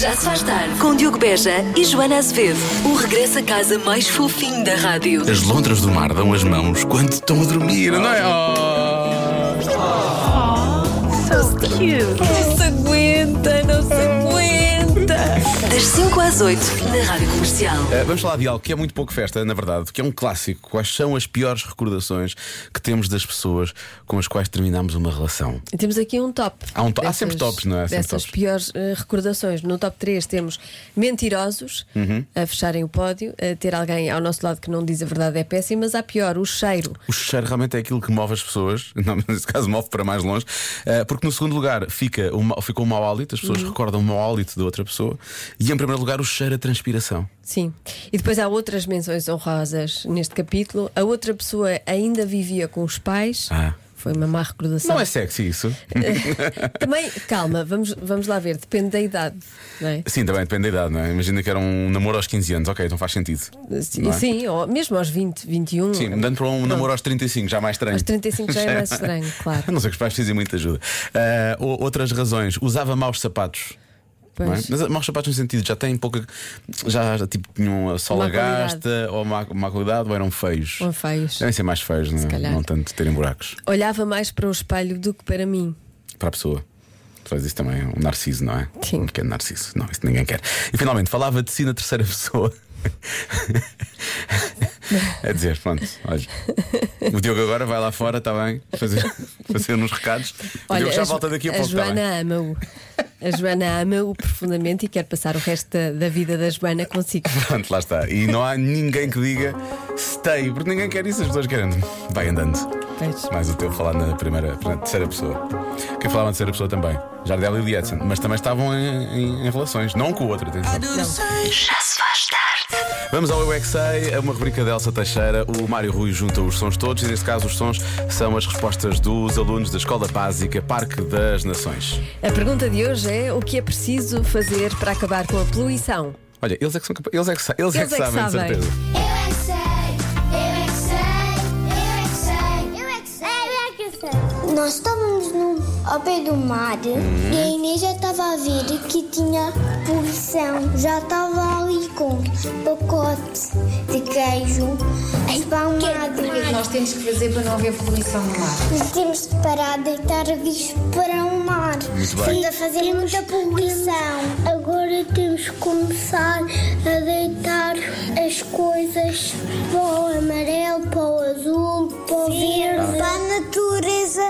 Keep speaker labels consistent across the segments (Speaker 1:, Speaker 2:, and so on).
Speaker 1: Já se faz tarde com Diogo Beja e Joana Azevedo. O regresso a casa mais fofinho da rádio.
Speaker 2: As lontras do mar dão as mãos quando estão a dormir, não é? Oh.
Speaker 1: Não se aguenta, não se aguenta. Das 5 às 8 na rádio comercial.
Speaker 2: Eh, Vamos falar de algo que é muito pouco festa, na verdade, que é um clássico. Quais são as piores recordações que temos das pessoas com as quais terminamos uma relação?
Speaker 3: E Temos aqui um top.
Speaker 2: Há um to- há sempre tops, não é? Sempre
Speaker 3: dessas
Speaker 2: tops.
Speaker 3: piores eh, recordações. No top 3 temos mentirosos
Speaker 2: Uhum.
Speaker 3: a fecharem o pódio, a ter alguém ao nosso lado que não diz a verdade é péssimo, mas há pior, o cheiro.
Speaker 2: O cheiro realmente é aquilo que move as pessoas, não, mas nesse caso move para mais longe, eh, porque no segundo lugar fica o, ma- fica o mau hálito, as pessoas recordam o mau hálito da outra pessoa, e em primeiro lugar o cheiro a transpiração.
Speaker 3: Sim. E depois há outras menções honrosas neste capítulo. A outra pessoa ainda vivia com os pais.
Speaker 2: Ah.
Speaker 3: Foi uma má recordação.
Speaker 2: Não é sexy isso?
Speaker 3: Também, calma, vamos, vamos lá ver, depende da idade, não é?
Speaker 2: Sim, também depende da idade, não é? Imagina que era um namoro aos 15 anos, ok, então faz sentido.
Speaker 3: Sim,
Speaker 2: Não é?
Speaker 3: sim, ou mesmo aos 20, 21.
Speaker 2: Sim, dando para um namoro aos 35, já mais estranho.
Speaker 3: Aos 35 já é mais estranho, claro.
Speaker 2: A não ser que os pais precisem muita ajuda. Ah, ou- outras razões, usava maus sapatos. não é?
Speaker 3: Pois.
Speaker 2: Mas maus sapatos no sentido, de já têm pouca. Já, já, tipo tinham a sola
Speaker 3: Má qualidade.
Speaker 2: gasta, ou má, má qualidade, ou eram feios.
Speaker 3: Ou feios.
Speaker 2: Devem ser mais feios, não, é?
Speaker 3: calhar.
Speaker 2: não tanto terem buracos
Speaker 3: Olhava mais para o espelho do que para mim.
Speaker 2: para a pessoa. Faz isso também, um narciso, não é?
Speaker 3: Sim.
Speaker 2: Um pequeno narciso. Não, isso ninguém quer. E finalmente, falava de si na terceira pessoa. a dizer, pronto, olha. O Diogo agora vai lá fora, está bem? Fazer, fazer uns recados. o Diogo já
Speaker 3: a Jo-
Speaker 2: volta daqui a
Speaker 3: a
Speaker 2: pouco, está bem?
Speaker 3: Joana ama-o. A Joana ama-o profundamente e quer passar o resto da, da vida da Joana consigo.
Speaker 2: Pronto, lá está. E não há ninguém que diga stay, porque ninguém quer isso, as pessoas querem. Vai andando.
Speaker 3: Beijo.
Speaker 2: Mais o teu falar na primeira, na terceira pessoa. Quem falava na terceira pessoa também. Jardel e Lietzen, mas também estavam em, em- em relações, não um com o outro, atenção.
Speaker 1: Já se faz tarde.
Speaker 2: Vamos ao UXA, é uma rubrica de Elsa Teixeira. O Mário Rui junta os sons todos e, neste caso, os sons são as respostas dos alunos da Escola Básica Parque das Nações.
Speaker 3: A pergunta de hoje é o que é preciso fazer para acabar com a poluição?
Speaker 2: Olha, eles é que, são capa- eles é que, sa- eles é
Speaker 3: Eles
Speaker 2: que sabem, de certeza.
Speaker 4: Eu é que sei, eu é que sei, eu é que sei, eu é que sei, eu é que sei, Nós estávamos no, ao pé do mar
Speaker 5: Uhum.
Speaker 4: e a Inês já estava a ver que tinha poluição. Já estava ali com pacote de queijo espalmado.
Speaker 5: O que é que nós temos que fazer para não haver poluição no mar?
Speaker 4: Nós temos de parar de deitar lixo para o mar.
Speaker 2: Muito bem.
Speaker 4: Estamos a fazer muita poluição. Agora temos que começar a deitar as coisas para o amarelo, para o azul, para o verde. Para a natureza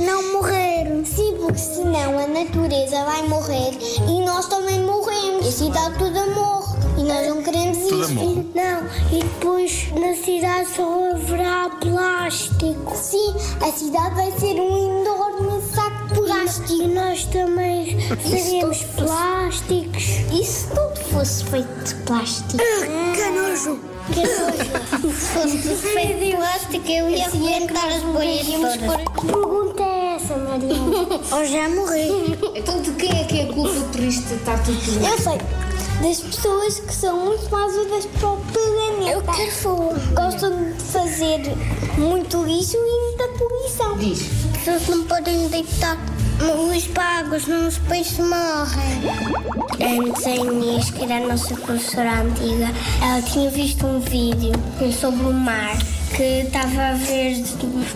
Speaker 4: não morrer. Sim, porque senão a natureza vai morrer e nós também morremos. E a cidade toda morre. E nós não queremos
Speaker 2: Toda
Speaker 4: isso.
Speaker 2: morre.
Speaker 4: Não, e depois na cidade só haverá plástico. Sim, a cidade vai ser um enorme saco de plástico. E nós também seremos plásticos. E se tudo fosse feito de plástico? Ah. Canojo! Canojo! Se fosse tudo feito de plástico, eu ia um arrancar as bolhas Que pergunta é essa, Maria? Ou já morri?
Speaker 5: Então de quem é que é a culpa por isto estar tudo poluído?
Speaker 4: Eu sei. Das pessoas que são muito mais úteis para o planeta. Eu quero falar. Gostam de fazer muito lixo e muita poluição.
Speaker 5: Diz.
Speaker 4: As pessoas não podem deitar os pagos, senão os peixes morrem. Antes a Inês, que era a nossa professora antiga, ela tinha visto um vídeo sobre o mar que estava a ver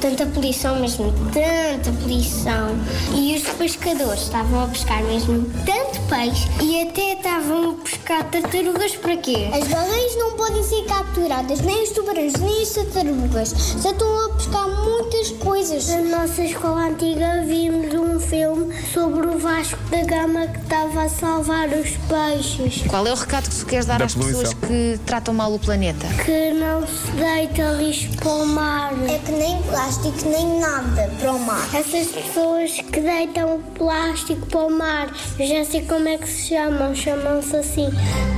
Speaker 4: tanta poluição mesmo, tanta poluição. E os pescadores estavam a pescar mesmo tanto peixe e até estavam a pescar tartarugas para quê? As baleias não podem ser capturadas, nem os tubarões, nem as tartarugas. Já estão a pescar muitas coisas. Na nossa escola antiga vimos um filme sobre o Vasco da Gama que estava a salvar os peixes.
Speaker 6: Qual é o recado que tu queres dar
Speaker 2: Da
Speaker 6: às
Speaker 2: poluição.
Speaker 6: pessoas que tratam mal o planeta?
Speaker 4: Que não se deita lixo para o mar. É que nem plástico, nem nada para o mar. Essas pessoas que deitam o plástico para o mar, eu já sei como é que se chamam. Chamam-se assim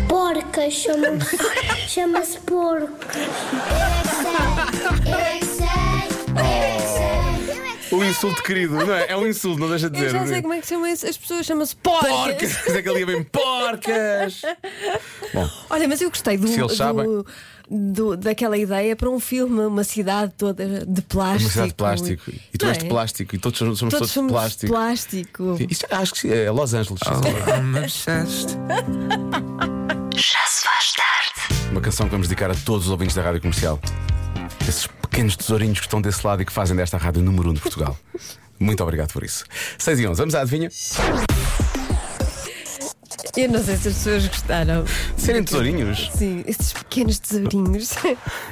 Speaker 4: porcas, chamam-se chama-se porco. Eu é que sei, eu é que sei, eu é que sei.
Speaker 2: O insulto querido, não é? É um insulto, não deixa de
Speaker 3: Eu
Speaker 2: dizer.
Speaker 3: já
Speaker 2: não é?
Speaker 3: sei como é que chama isso. As pessoas chamam-se porcas.
Speaker 2: Porcas! É que ali é bem porcas! Bom,
Speaker 3: Olha, mas eu gostei do,
Speaker 2: Se eles
Speaker 3: do-
Speaker 2: sabem.
Speaker 3: do- daquela ideia para um filme, uma cidade toda de plástico.
Speaker 2: uma cidade é de plástico. E tu
Speaker 3: Não
Speaker 2: és de
Speaker 3: é?
Speaker 2: plástico e todos somos todos,
Speaker 3: Todos
Speaker 2: de
Speaker 3: somos
Speaker 2: plástico.
Speaker 3: de plástico.
Speaker 2: Isto acho que é Los Angeles.
Speaker 7: I'm obsessed.
Speaker 1: Já se faz tarde.
Speaker 2: Uma canção que vamos dedicar a todos os ouvintes da rádio comercial. Esses pequenos tesourinhos que estão desse lado e que fazem desta rádio número 1 um de Portugal. Muito obrigado por isso. 6 e 11, vamos à adivinha?
Speaker 3: Eu não sei se as pessoas gostaram.
Speaker 2: Serem tesourinhos?
Speaker 3: Sim, esses pequenos tesourinhos.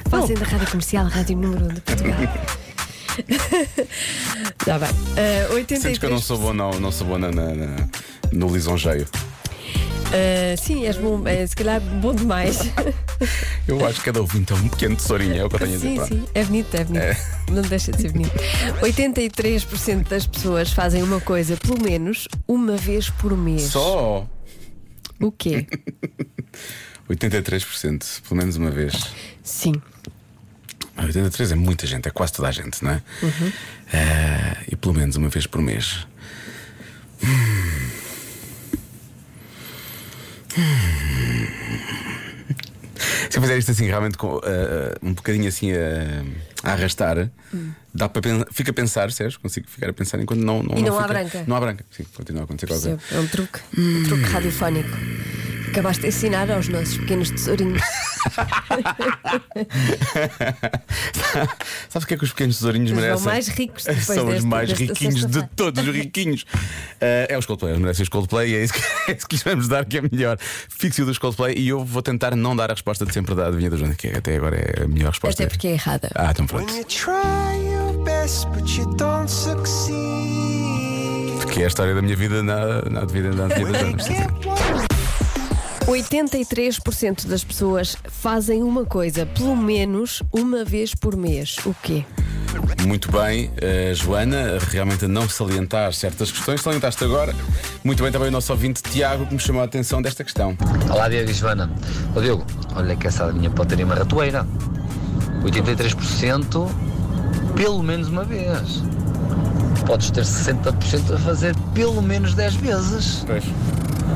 Speaker 3: Fazem da rádio comercial, rádio número 1 de Portugal. Está bem. Uh, 83...
Speaker 2: Sentes que eu não sou bom, não, não sou bom na, na- na- no lisonjeio.
Speaker 3: Ah, sim, és bom, é, se calhar bom demais.
Speaker 2: Eu acho que cada ouvinte é um pequeno tesourinho, é o que eu tenho a dizer.
Speaker 3: sim,
Speaker 2: pronto.
Speaker 3: sim, é bonito, é bonito. Não deixa de ser bonito. 83% das pessoas fazem uma coisa pelo menos uma vez por mês.
Speaker 2: Só
Speaker 3: O quê?
Speaker 2: 83%, pelo menos uma vez.
Speaker 3: Sim.
Speaker 2: Ah, 83 é muita gente, é quase toda a gente, não é? Eh, e pelo menos uma vez por mês. Hum. Hum. Se eu fizer isto assim, realmente com, eh, um bocadinho assim eh, a arrastar, dá para pen- fica a pensar, Sérgio, consigo ficar a pensar enquanto não. não
Speaker 3: E não
Speaker 2: fica-
Speaker 3: há branca.
Speaker 2: Não há branca, sim, continua a acontecer qualquer
Speaker 3: Percebo. É um truque. Um truque
Speaker 2: Hum.
Speaker 3: radiofónico. Acabaste de ensinar aos nossos pequenos tesourinhos.
Speaker 2: Sabes o que é que os pequenos tesourinhos
Speaker 3: Os
Speaker 2: merecem?
Speaker 3: mais ricos depois
Speaker 2: São os
Speaker 3: desta-
Speaker 2: mais
Speaker 3: desta
Speaker 2: riquinhos de
Speaker 3: sexta-feira.
Speaker 2: todos os riquinhos. Ah, é os Coldplay, eles merecem os Coldplay e é isso que, é isso que lhes vamos dar que é melhor. Fixe o dos Coldplay e eu vou tentar não dar a resposta de sempre da adivinha do João, que até agora é a melhor resposta.
Speaker 3: Esta é porque é errada.
Speaker 2: Ah, então
Speaker 7: When
Speaker 2: pronto.
Speaker 7: you try your best, but you don't succeed.
Speaker 2: Porque é a história da minha vida na, na adivinha na adivinha do
Speaker 7: When you
Speaker 2: Jonas.
Speaker 7: get what
Speaker 3: 83% das pessoas fazem uma coisa pelo menos uma vez por mês. O quê?
Speaker 2: Muito bem, eh, Joana, realmente a não salientar certas questões, salientaste agora. Muito bem também o nosso ouvinte Tiago que me chamou a atenção desta questão.
Speaker 8: Olá Diego e Joana. Ô Diogo, olha que essa adivinha pode ter uma ratoeira. 83% pelo menos uma vez. Podes ter 60% a fazer pelo menos 10 vezes.
Speaker 2: Pois.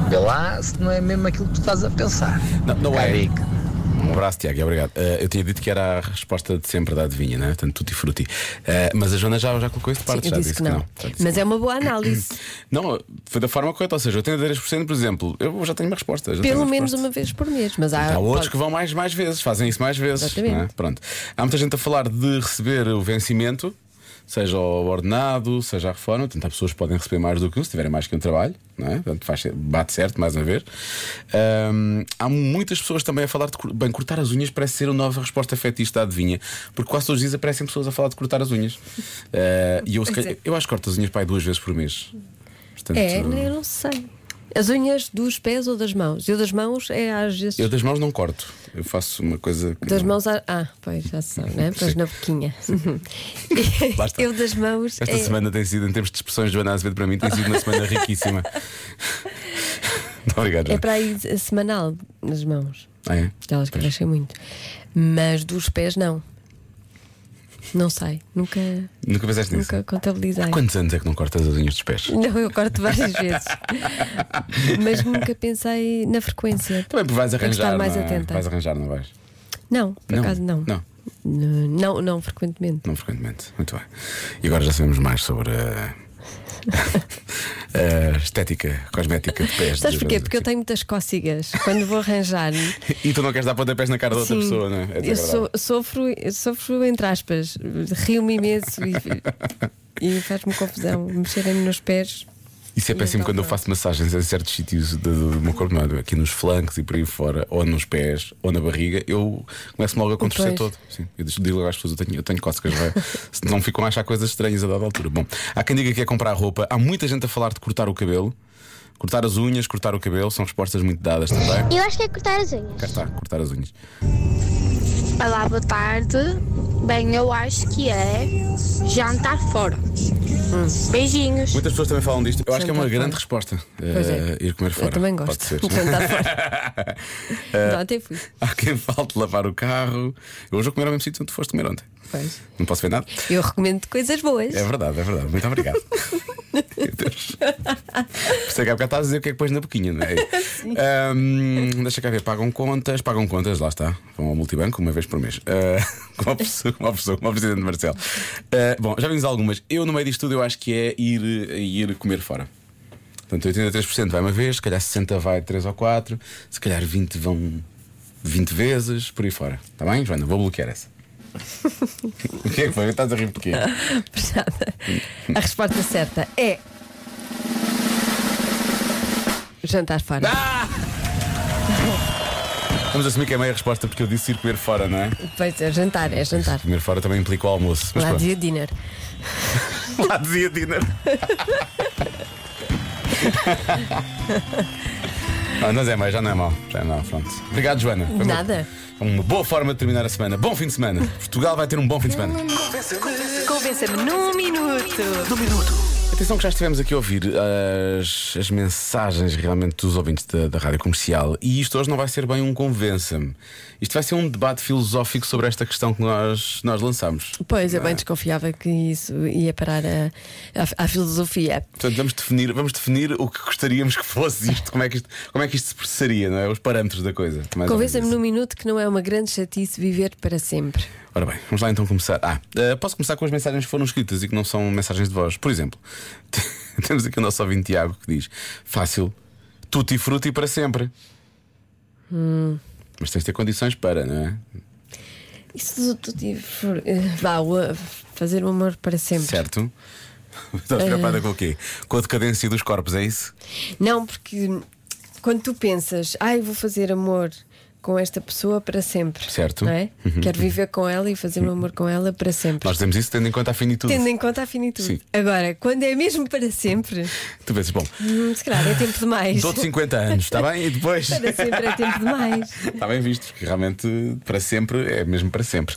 Speaker 8: Vê lá se não é mesmo aquilo que tu estás a pensar.
Speaker 2: Não, não
Speaker 8: Fica a
Speaker 2: é.
Speaker 8: dica.
Speaker 2: Um abraço, Tiago, e obrigado. Eh, eu tinha dito que era a resposta de sempre da adivinha, né? Portanto, tutti frutti. Eh, mas a Joana já, já colocou isso de parte,
Speaker 3: Sim,
Speaker 2: já
Speaker 3: eu disse que não.
Speaker 2: Já disse
Speaker 3: Mas
Speaker 2: que
Speaker 3: é uma boa análise.
Speaker 2: não. Não, foi da forma correta, ou seja, 83%, por exemplo, eu já tenho uma resposta. já tenho
Speaker 3: pelo
Speaker 2: uma
Speaker 3: menos
Speaker 2: resposta.
Speaker 3: uma vez por mês. Mas há,
Speaker 2: Há outros
Speaker 3: Ah, pode-
Speaker 2: que vão mais, mais vezes, fazem isso mais vezes.
Speaker 3: Exatamente.
Speaker 2: não é? Pronto. Há muita gente a falar de receber o vencimento, seja o ordenado, seja a reforma. Portanto, há pessoas que podem receber mais do que um, se tiverem mais que um trabalho, não é? Portanto, faz- bate certo, mais uma vez. Hum, há muitas pessoas também a falar de. cur- Bem, cortar as unhas parece ser a nova resposta fetiche da adivinha, porque quase todos os dias aparecem pessoas a falar de cortar as unhas. Eh, e eu, se
Speaker 3: Pois
Speaker 2: calhar-
Speaker 3: é.
Speaker 2: eu acho que corto as unhas pai duas vezes por mês. Portanto,
Speaker 3: É, eu não sei. As unhas dos pés ou das mãos? Eu das mãos é às vezes.
Speaker 2: eu das mãos não corto. Eu faço uma coisa. que
Speaker 3: Das
Speaker 2: não-
Speaker 3: mãos. à- Ah, pois, já são, né? Pois
Speaker 2: Sim.
Speaker 3: na boquinha.
Speaker 2: Lá está.
Speaker 3: eu das mãos.
Speaker 2: Esta
Speaker 3: é...
Speaker 2: semana tem sido, em termos de expressões, Joana Azevedo, para mim, tem sido uma semana riquíssima. Muito obrigado.
Speaker 3: É
Speaker 2: Joana.
Speaker 3: para aí eh, semanal nas mãos.
Speaker 2: Ah, é?
Speaker 3: Aquelas que crescem muito. Mas dos pés, não. Não sei. Nunca,
Speaker 2: Nunca pensaste nisso?
Speaker 3: nunca contabilizei.
Speaker 2: Há quantos anos é que não cortas as unhas dos pés?
Speaker 3: Não, eu corto várias vezes. Mas nunca pensei na frequência.
Speaker 2: Também porque vais
Speaker 3: Tem que
Speaker 2: arranjar.
Speaker 3: estar mais
Speaker 2: não é?
Speaker 3: atenta.
Speaker 2: Vais arranjar, não vais?
Speaker 3: Não, por acaso não.
Speaker 2: Não,
Speaker 3: N- Não, não frequentemente.
Speaker 2: não frequentemente. Muito bem. E agora já sabemos mais sobre a. a estética cosmética de pés.
Speaker 3: Sabes
Speaker 2: de-
Speaker 3: porquê? Porque eu tenho muitas cócegas quando vou arranjar.
Speaker 2: E tu não queres dar pontapés na cara de outra
Speaker 3: Sim,
Speaker 2: pessoa, não é? é?
Speaker 3: eu sou- sofro, eu sofro entre aspas, rio-me imenso e, e faz-me confusão mexerem nos meus pés.
Speaker 2: Isso é
Speaker 3: E
Speaker 2: péssimo
Speaker 3: então
Speaker 2: quando eu
Speaker 3: não.
Speaker 2: faço massagens em certos sítios do, do meu corpo, não, é? aqui nos flancos e por aí fora, ou nos pés, ou na barriga, eu começo logo a contorcer
Speaker 3: Pois.
Speaker 2: todo. Sim, eu deixo- digo logo às pessoas, eu tenho, eu tenho cócegas, vai. Se não ficam a achar coisas estranhas a dada altura. Bom, há quem diga que é comprar roupa, há muita gente a falar de cortar o cabelo, cortar as unhas, cortar o cabelo, são respostas muito dadas também.
Speaker 4: Eu acho que é cortar as unhas.
Speaker 2: Cá está, cortar as unhas.
Speaker 9: Olá, boa tarde. Bem, eu acho que é jantar fora. Beijinhos.
Speaker 2: Muitas pessoas também falam disto. Eu acho que é uma
Speaker 3: Jantar
Speaker 2: grande
Speaker 3: fora.
Speaker 2: resposta.
Speaker 3: Pois é.
Speaker 2: eh, Ir comer fora.
Speaker 3: Eu também gosto.
Speaker 2: Pode ser. Eh,
Speaker 3: Vou jantar Não, até fui.
Speaker 2: Há quem falte lavar o carro. Eu hoje vou comer ao mesmo sítio onde foste comer ontem.
Speaker 3: Pois.
Speaker 2: Não posso ver nada.
Speaker 3: Eu recomendo coisas boas.
Speaker 2: É verdade, é verdade. Muito obrigado. Meu Deus. Por isso é que há bocado estás a dizer o que é que pões na boquinha, não é? Ahm, deixa cá ver, pagam contas, pagam contas, lá está. Vão ao multibanco uma vez por mês. Ah, como a pessoa, como a pessoa, como a presidente Marcelo. Ah, bom, já vimos algumas. Eu, no meio disto tudo, eu acho que é ir, ir comer fora. Portanto, 83% vai uma vez, se calhar 60% vai 3 ou 4, se calhar 20 vão 20 vezes, por aí fora. Está bem, Joana? Vou bloquear essa. o que é que foi? Estás a rir porquê?
Speaker 3: Nada. A resposta certa é. Jantar fora.
Speaker 2: Ah! Vamos assumir que é meia resposta porque eu disse ir comer fora, não é?
Speaker 3: Pois é, jantar, é jantar.
Speaker 2: Comer fora também implica o almoço. Mas
Speaker 3: Lá
Speaker 2: pronto.
Speaker 3: dizia dinner.
Speaker 2: Lá dizia dinner. Ah, mas é mais, já não é mal. Já não, pronto. Obrigado, Joana. Foi uma-
Speaker 3: Nada.
Speaker 2: Foi uma boa forma de terminar a semana. Bom fim de semana. Portugal vai ter um bom fim de semana.
Speaker 1: Convença-me num minuto.
Speaker 2: Atenção que já estivemos aqui a ouvir as, as mensagens realmente dos ouvintes da, da Rádio Comercial e isto hoje não vai ser bem um convença-me. Isto vai ser um debate filosófico sobre esta questão que nós, nós lançámos.
Speaker 3: Pois, eu bem desconfiava que isso ia parar a, a, à filosofia.
Speaker 2: Portanto, vamos definir, vamos definir o que gostaríamos que fosse isto, como é que isto, como é que isto se processaria, não é? Os parâmetros da coisa. mais ou menos
Speaker 3: Convença-me
Speaker 2: isso.
Speaker 3: num minuto que não é uma grande chatice viver para sempre.
Speaker 2: Ora bem, vamos lá então começar. Ah, eh, posso começar com as mensagens que foram escritas e que não são mensagens de voz. Por exemplo, temos aqui o nosso ouvinte Tiago que diz: fácil, tutti frutti para sempre.
Speaker 3: Hum.
Speaker 2: Mas tens de ter condições para, não é?
Speaker 3: Isso tu tive. Vá, o- fazer o amor para sempre.
Speaker 2: Certo? Estás
Speaker 3: Eh.
Speaker 2: preocupada com o quê? Com a decadência dos corpos, é isso?
Speaker 3: Não, porque quando tu pensas, ai, vou fazer amor com esta pessoa para sempre.
Speaker 2: Certo. Uhum.
Speaker 3: Não é? Quero viver com ela e fazer o amor com ela para sempre.
Speaker 2: Nós dizemos isso tendo em conta a finitude.
Speaker 3: Tendo em conta a finitude.
Speaker 2: Sim.
Speaker 3: Agora, quando é mesmo para sempre,
Speaker 2: Tu pensas, bom,
Speaker 3: hum, se calhar é tempo demais.
Speaker 2: dou-te 50 anos, está bem? E depois.
Speaker 3: Para sempre é tempo demais.
Speaker 2: Está bem visto, porque realmente para sempre é mesmo para sempre.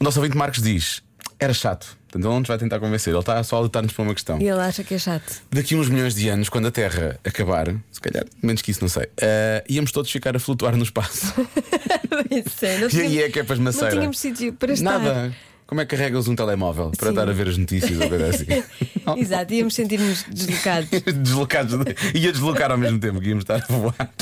Speaker 2: O nosso ouvinte Marcos diz: era chato. Portanto, ele não nos vai tentar convencer, ele está só a lutar-nos por uma questão.
Speaker 3: E ele acha que é chato.
Speaker 2: Daqui a uns milhões de anos, quando a Terra acabar, se calhar, menos que isso, não sei, eh, íamos todos ficar a flutuar no espaço.
Speaker 3: Pois é,
Speaker 2: e
Speaker 3: não
Speaker 2: aí
Speaker 3: tínhamos-
Speaker 2: é que é para esmaceira.
Speaker 3: Não tínhamos sítio para estar.
Speaker 2: Nada. Como é que carregas um telemóvel para
Speaker 3: Sim.
Speaker 2: estar a ver as notícias ou coisa assim?
Speaker 3: Exato, íamos sentir-nos deslocados.
Speaker 2: Deslocados, ia deslocar ao mesmo tempo que íamos estar a voar.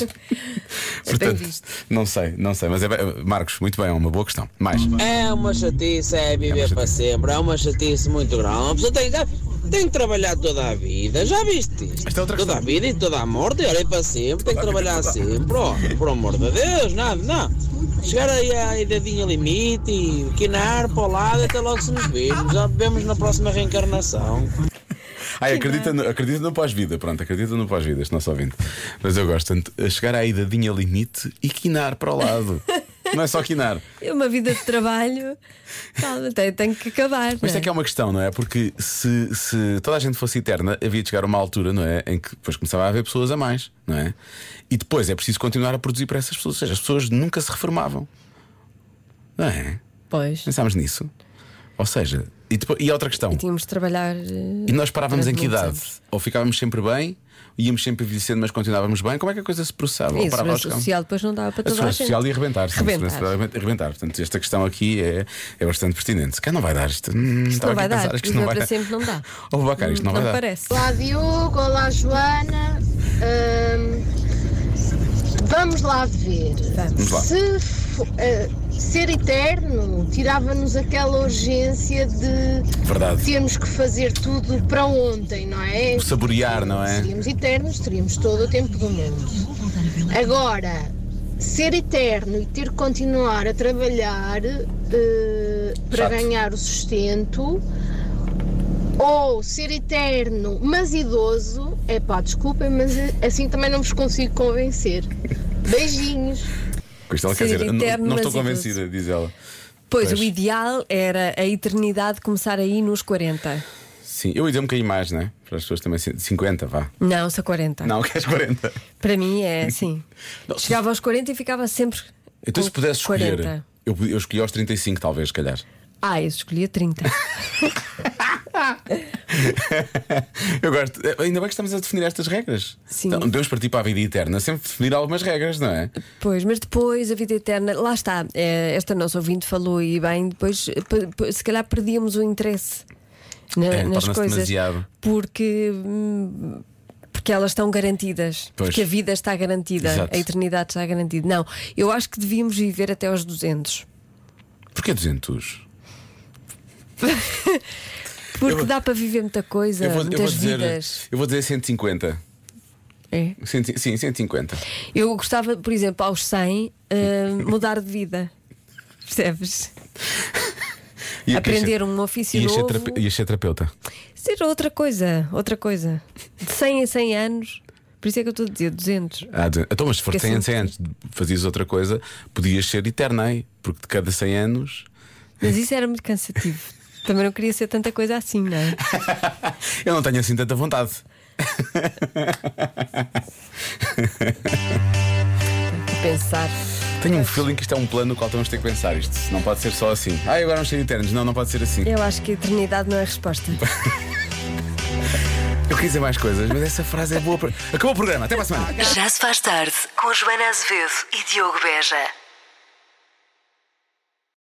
Speaker 2: Portanto,
Speaker 3: visto.
Speaker 2: não sei, não sei, mas é bem- Marcos, muito bem, é uma boa questão. Mais.
Speaker 10: É uma chatice, é viver para sempre, é uma chatice muito grande. A pessoa tem, que- tem que trabalhar toda a vida, já viste isto?
Speaker 2: Esta é outra
Speaker 10: toda a
Speaker 2: questão.
Speaker 10: vida e toda a morte, olha, é para sempre, tem que trabalhar sempre, ó, por amor de Deus, nada, não. Chegar aí à idadinha limite e quinar para o lado até logo se nos vemos, já vemos na próxima reencarnação.
Speaker 2: Ai, acredita no, acredita no pós-vida, pronto, acredita no pós-vida, este nosso ouvinte. Mas eu gosto tanto de chegar à idadinha limite e quinar para o lado. Não é só quinar.
Speaker 3: É uma vida de trabalho. Calma, tem, tem que
Speaker 2: Mas
Speaker 3: acabar.
Speaker 2: isto
Speaker 3: não
Speaker 2: é que é uma questão, não é? Porque se, se toda a gente fosse eterna, havia de chegar uma altura, não é? Em que depois começava a haver pessoas a mais, não é? E depois é preciso continuar a produzir para essas pessoas. Ou seja, as pessoas nunca se reformavam. Não é?
Speaker 3: Pois.
Speaker 2: Pensámos nisso. Ou seja, e, depois, e outra questão.
Speaker 3: Tínhamos de trabalhar. eh,
Speaker 2: E nós parávamos em
Speaker 3: durante
Speaker 2: que
Speaker 3: muitos
Speaker 2: idade?
Speaker 3: anos.
Speaker 2: Ou ficávamos sempre bem, íamos sempre envelhecendo, mas continuávamos bem? Como é que a coisa se processava? Ou
Speaker 3: E a
Speaker 2: parava aos
Speaker 3: segurança
Speaker 2: campos?
Speaker 3: social depois não dava para
Speaker 2: A
Speaker 3: toda a
Speaker 2: segurança
Speaker 3: gente.
Speaker 2: social e arrebentar. sim, a
Speaker 3: Arrebentar.
Speaker 2: segurança social e arrebentar. Portanto, esta questão aqui é, é bastante pertinente. Se cá não vai dar isto. Hum, isto
Speaker 3: não vai dar.
Speaker 2: Pensar, isto
Speaker 3: Viver
Speaker 2: não vai
Speaker 3: para
Speaker 2: dar.
Speaker 3: sempre não dá.
Speaker 2: Oh, Bacar, isto não,
Speaker 3: não
Speaker 2: vai
Speaker 3: parece.
Speaker 9: Olá Diogo, olá Joana. Ahm, vamos lá ver.
Speaker 2: Vamos lá.
Speaker 9: Se fo- ah, ser eterno tirava-nos aquela urgência de
Speaker 2: dar. Verdade.
Speaker 9: termos que fazer tudo para ontem, não é?
Speaker 2: O saborear, não é?
Speaker 9: Seríamos eternos, teríamos todo o tempo do mundo. Agora, ser eterno e ter que continuar a trabalhar eh, para
Speaker 2: Chato.
Speaker 9: ganhar o sustento, ou ser eterno, mas idoso, é pá, desculpem, mas assim também não vos consigo convencer. Beijinhos.
Speaker 2: Cristal, quer
Speaker 3: Ser
Speaker 2: dizer, não,
Speaker 3: eterno,
Speaker 2: não estou
Speaker 3: mas é idoso.
Speaker 2: convencida, diz ela.
Speaker 3: Pois,
Speaker 2: Pois.
Speaker 3: o ideal era a eternidade começar aí nos 40.
Speaker 2: Sim, eu ia dizer um bocadinho mais, né? Para as pessoas também. se- 50, vá.
Speaker 3: Não, só 40.
Speaker 2: Não, queres 40.
Speaker 3: Para mim é assim.
Speaker 2: Não, se-
Speaker 3: Chegava aos 40 e ficava sempre.
Speaker 2: Então,
Speaker 3: com
Speaker 2: se pudesse escolher,
Speaker 3: 40.
Speaker 2: eu, eu escolhi aos 35, talvez, se calhar.
Speaker 3: Ah, eu escolhia 30.
Speaker 2: Eu gosto. eh, Ainda bem que estamos a definir estas regras.
Speaker 3: Sim.
Speaker 2: Então, Deus partir para a vida eterna, sempre definir algumas regras, não é?
Speaker 3: Pois, mas depois a vida eterna, lá está, eh, esta nossa ouvinte falou e bem, depois eh, pe- pe- se calhar perdíamos o interesse na-
Speaker 2: É,
Speaker 3: nas
Speaker 2: torna-se
Speaker 3: coisas.
Speaker 2: demasiado.
Speaker 3: Porque. hum, porque elas estão garantidas,
Speaker 2: Pois.
Speaker 3: porque a vida está garantida,
Speaker 2: Exato.
Speaker 3: a eternidade está garantida. Não, eu acho que devíamos viver até aos 200,
Speaker 2: Porquê 200?
Speaker 3: porque
Speaker 2: vou-
Speaker 3: dá para viver muita coisa,
Speaker 2: eu, vou, eu,
Speaker 3: muitas
Speaker 2: vou dizer, eh,
Speaker 3: vidas.
Speaker 2: eu vou dizer 150.
Speaker 3: É.
Speaker 2: Cento- sim, 150.
Speaker 3: Eu gostava, por exemplo, aos 100, eh, mudar de vida. Percebes?
Speaker 2: Ia-
Speaker 3: Aprender
Speaker 2: ia ser-
Speaker 3: um ofício
Speaker 2: ia ser
Speaker 3: novo.
Speaker 2: terape- Ia ser terapeuta.
Speaker 3: Seja outra coisa, outra coisa. De 100 em 100 anos, por isso é que eu estou a dizer 200.
Speaker 2: Ah, de- então, mas se for
Speaker 3: Porque
Speaker 2: 100 anos,
Speaker 3: assim-
Speaker 2: 100 anos, fazias outra coisa, podias ser eterna aí, porque de cada 100 anos.
Speaker 3: Mas isso era muito cansativo. Também não queria ser tanta coisa assim, não é?
Speaker 2: Eu não tenho assim tanta vontade.
Speaker 3: Pensar.
Speaker 2: Tenho um feeling que isto é um plano no qual temos de ter que pensar isto. Não pode ser só assim. Ah, agora vamos ser eternos. Não, não pode ser assim.
Speaker 3: Eu acho que a eternidade não é a resposta.
Speaker 2: Eu queria dizer mais coisas, mas essa frase é boa. Para... Acabou o programa. Até para a semana.
Speaker 1: Já se faz tarde com Joana Azevedo e Diogo Beja.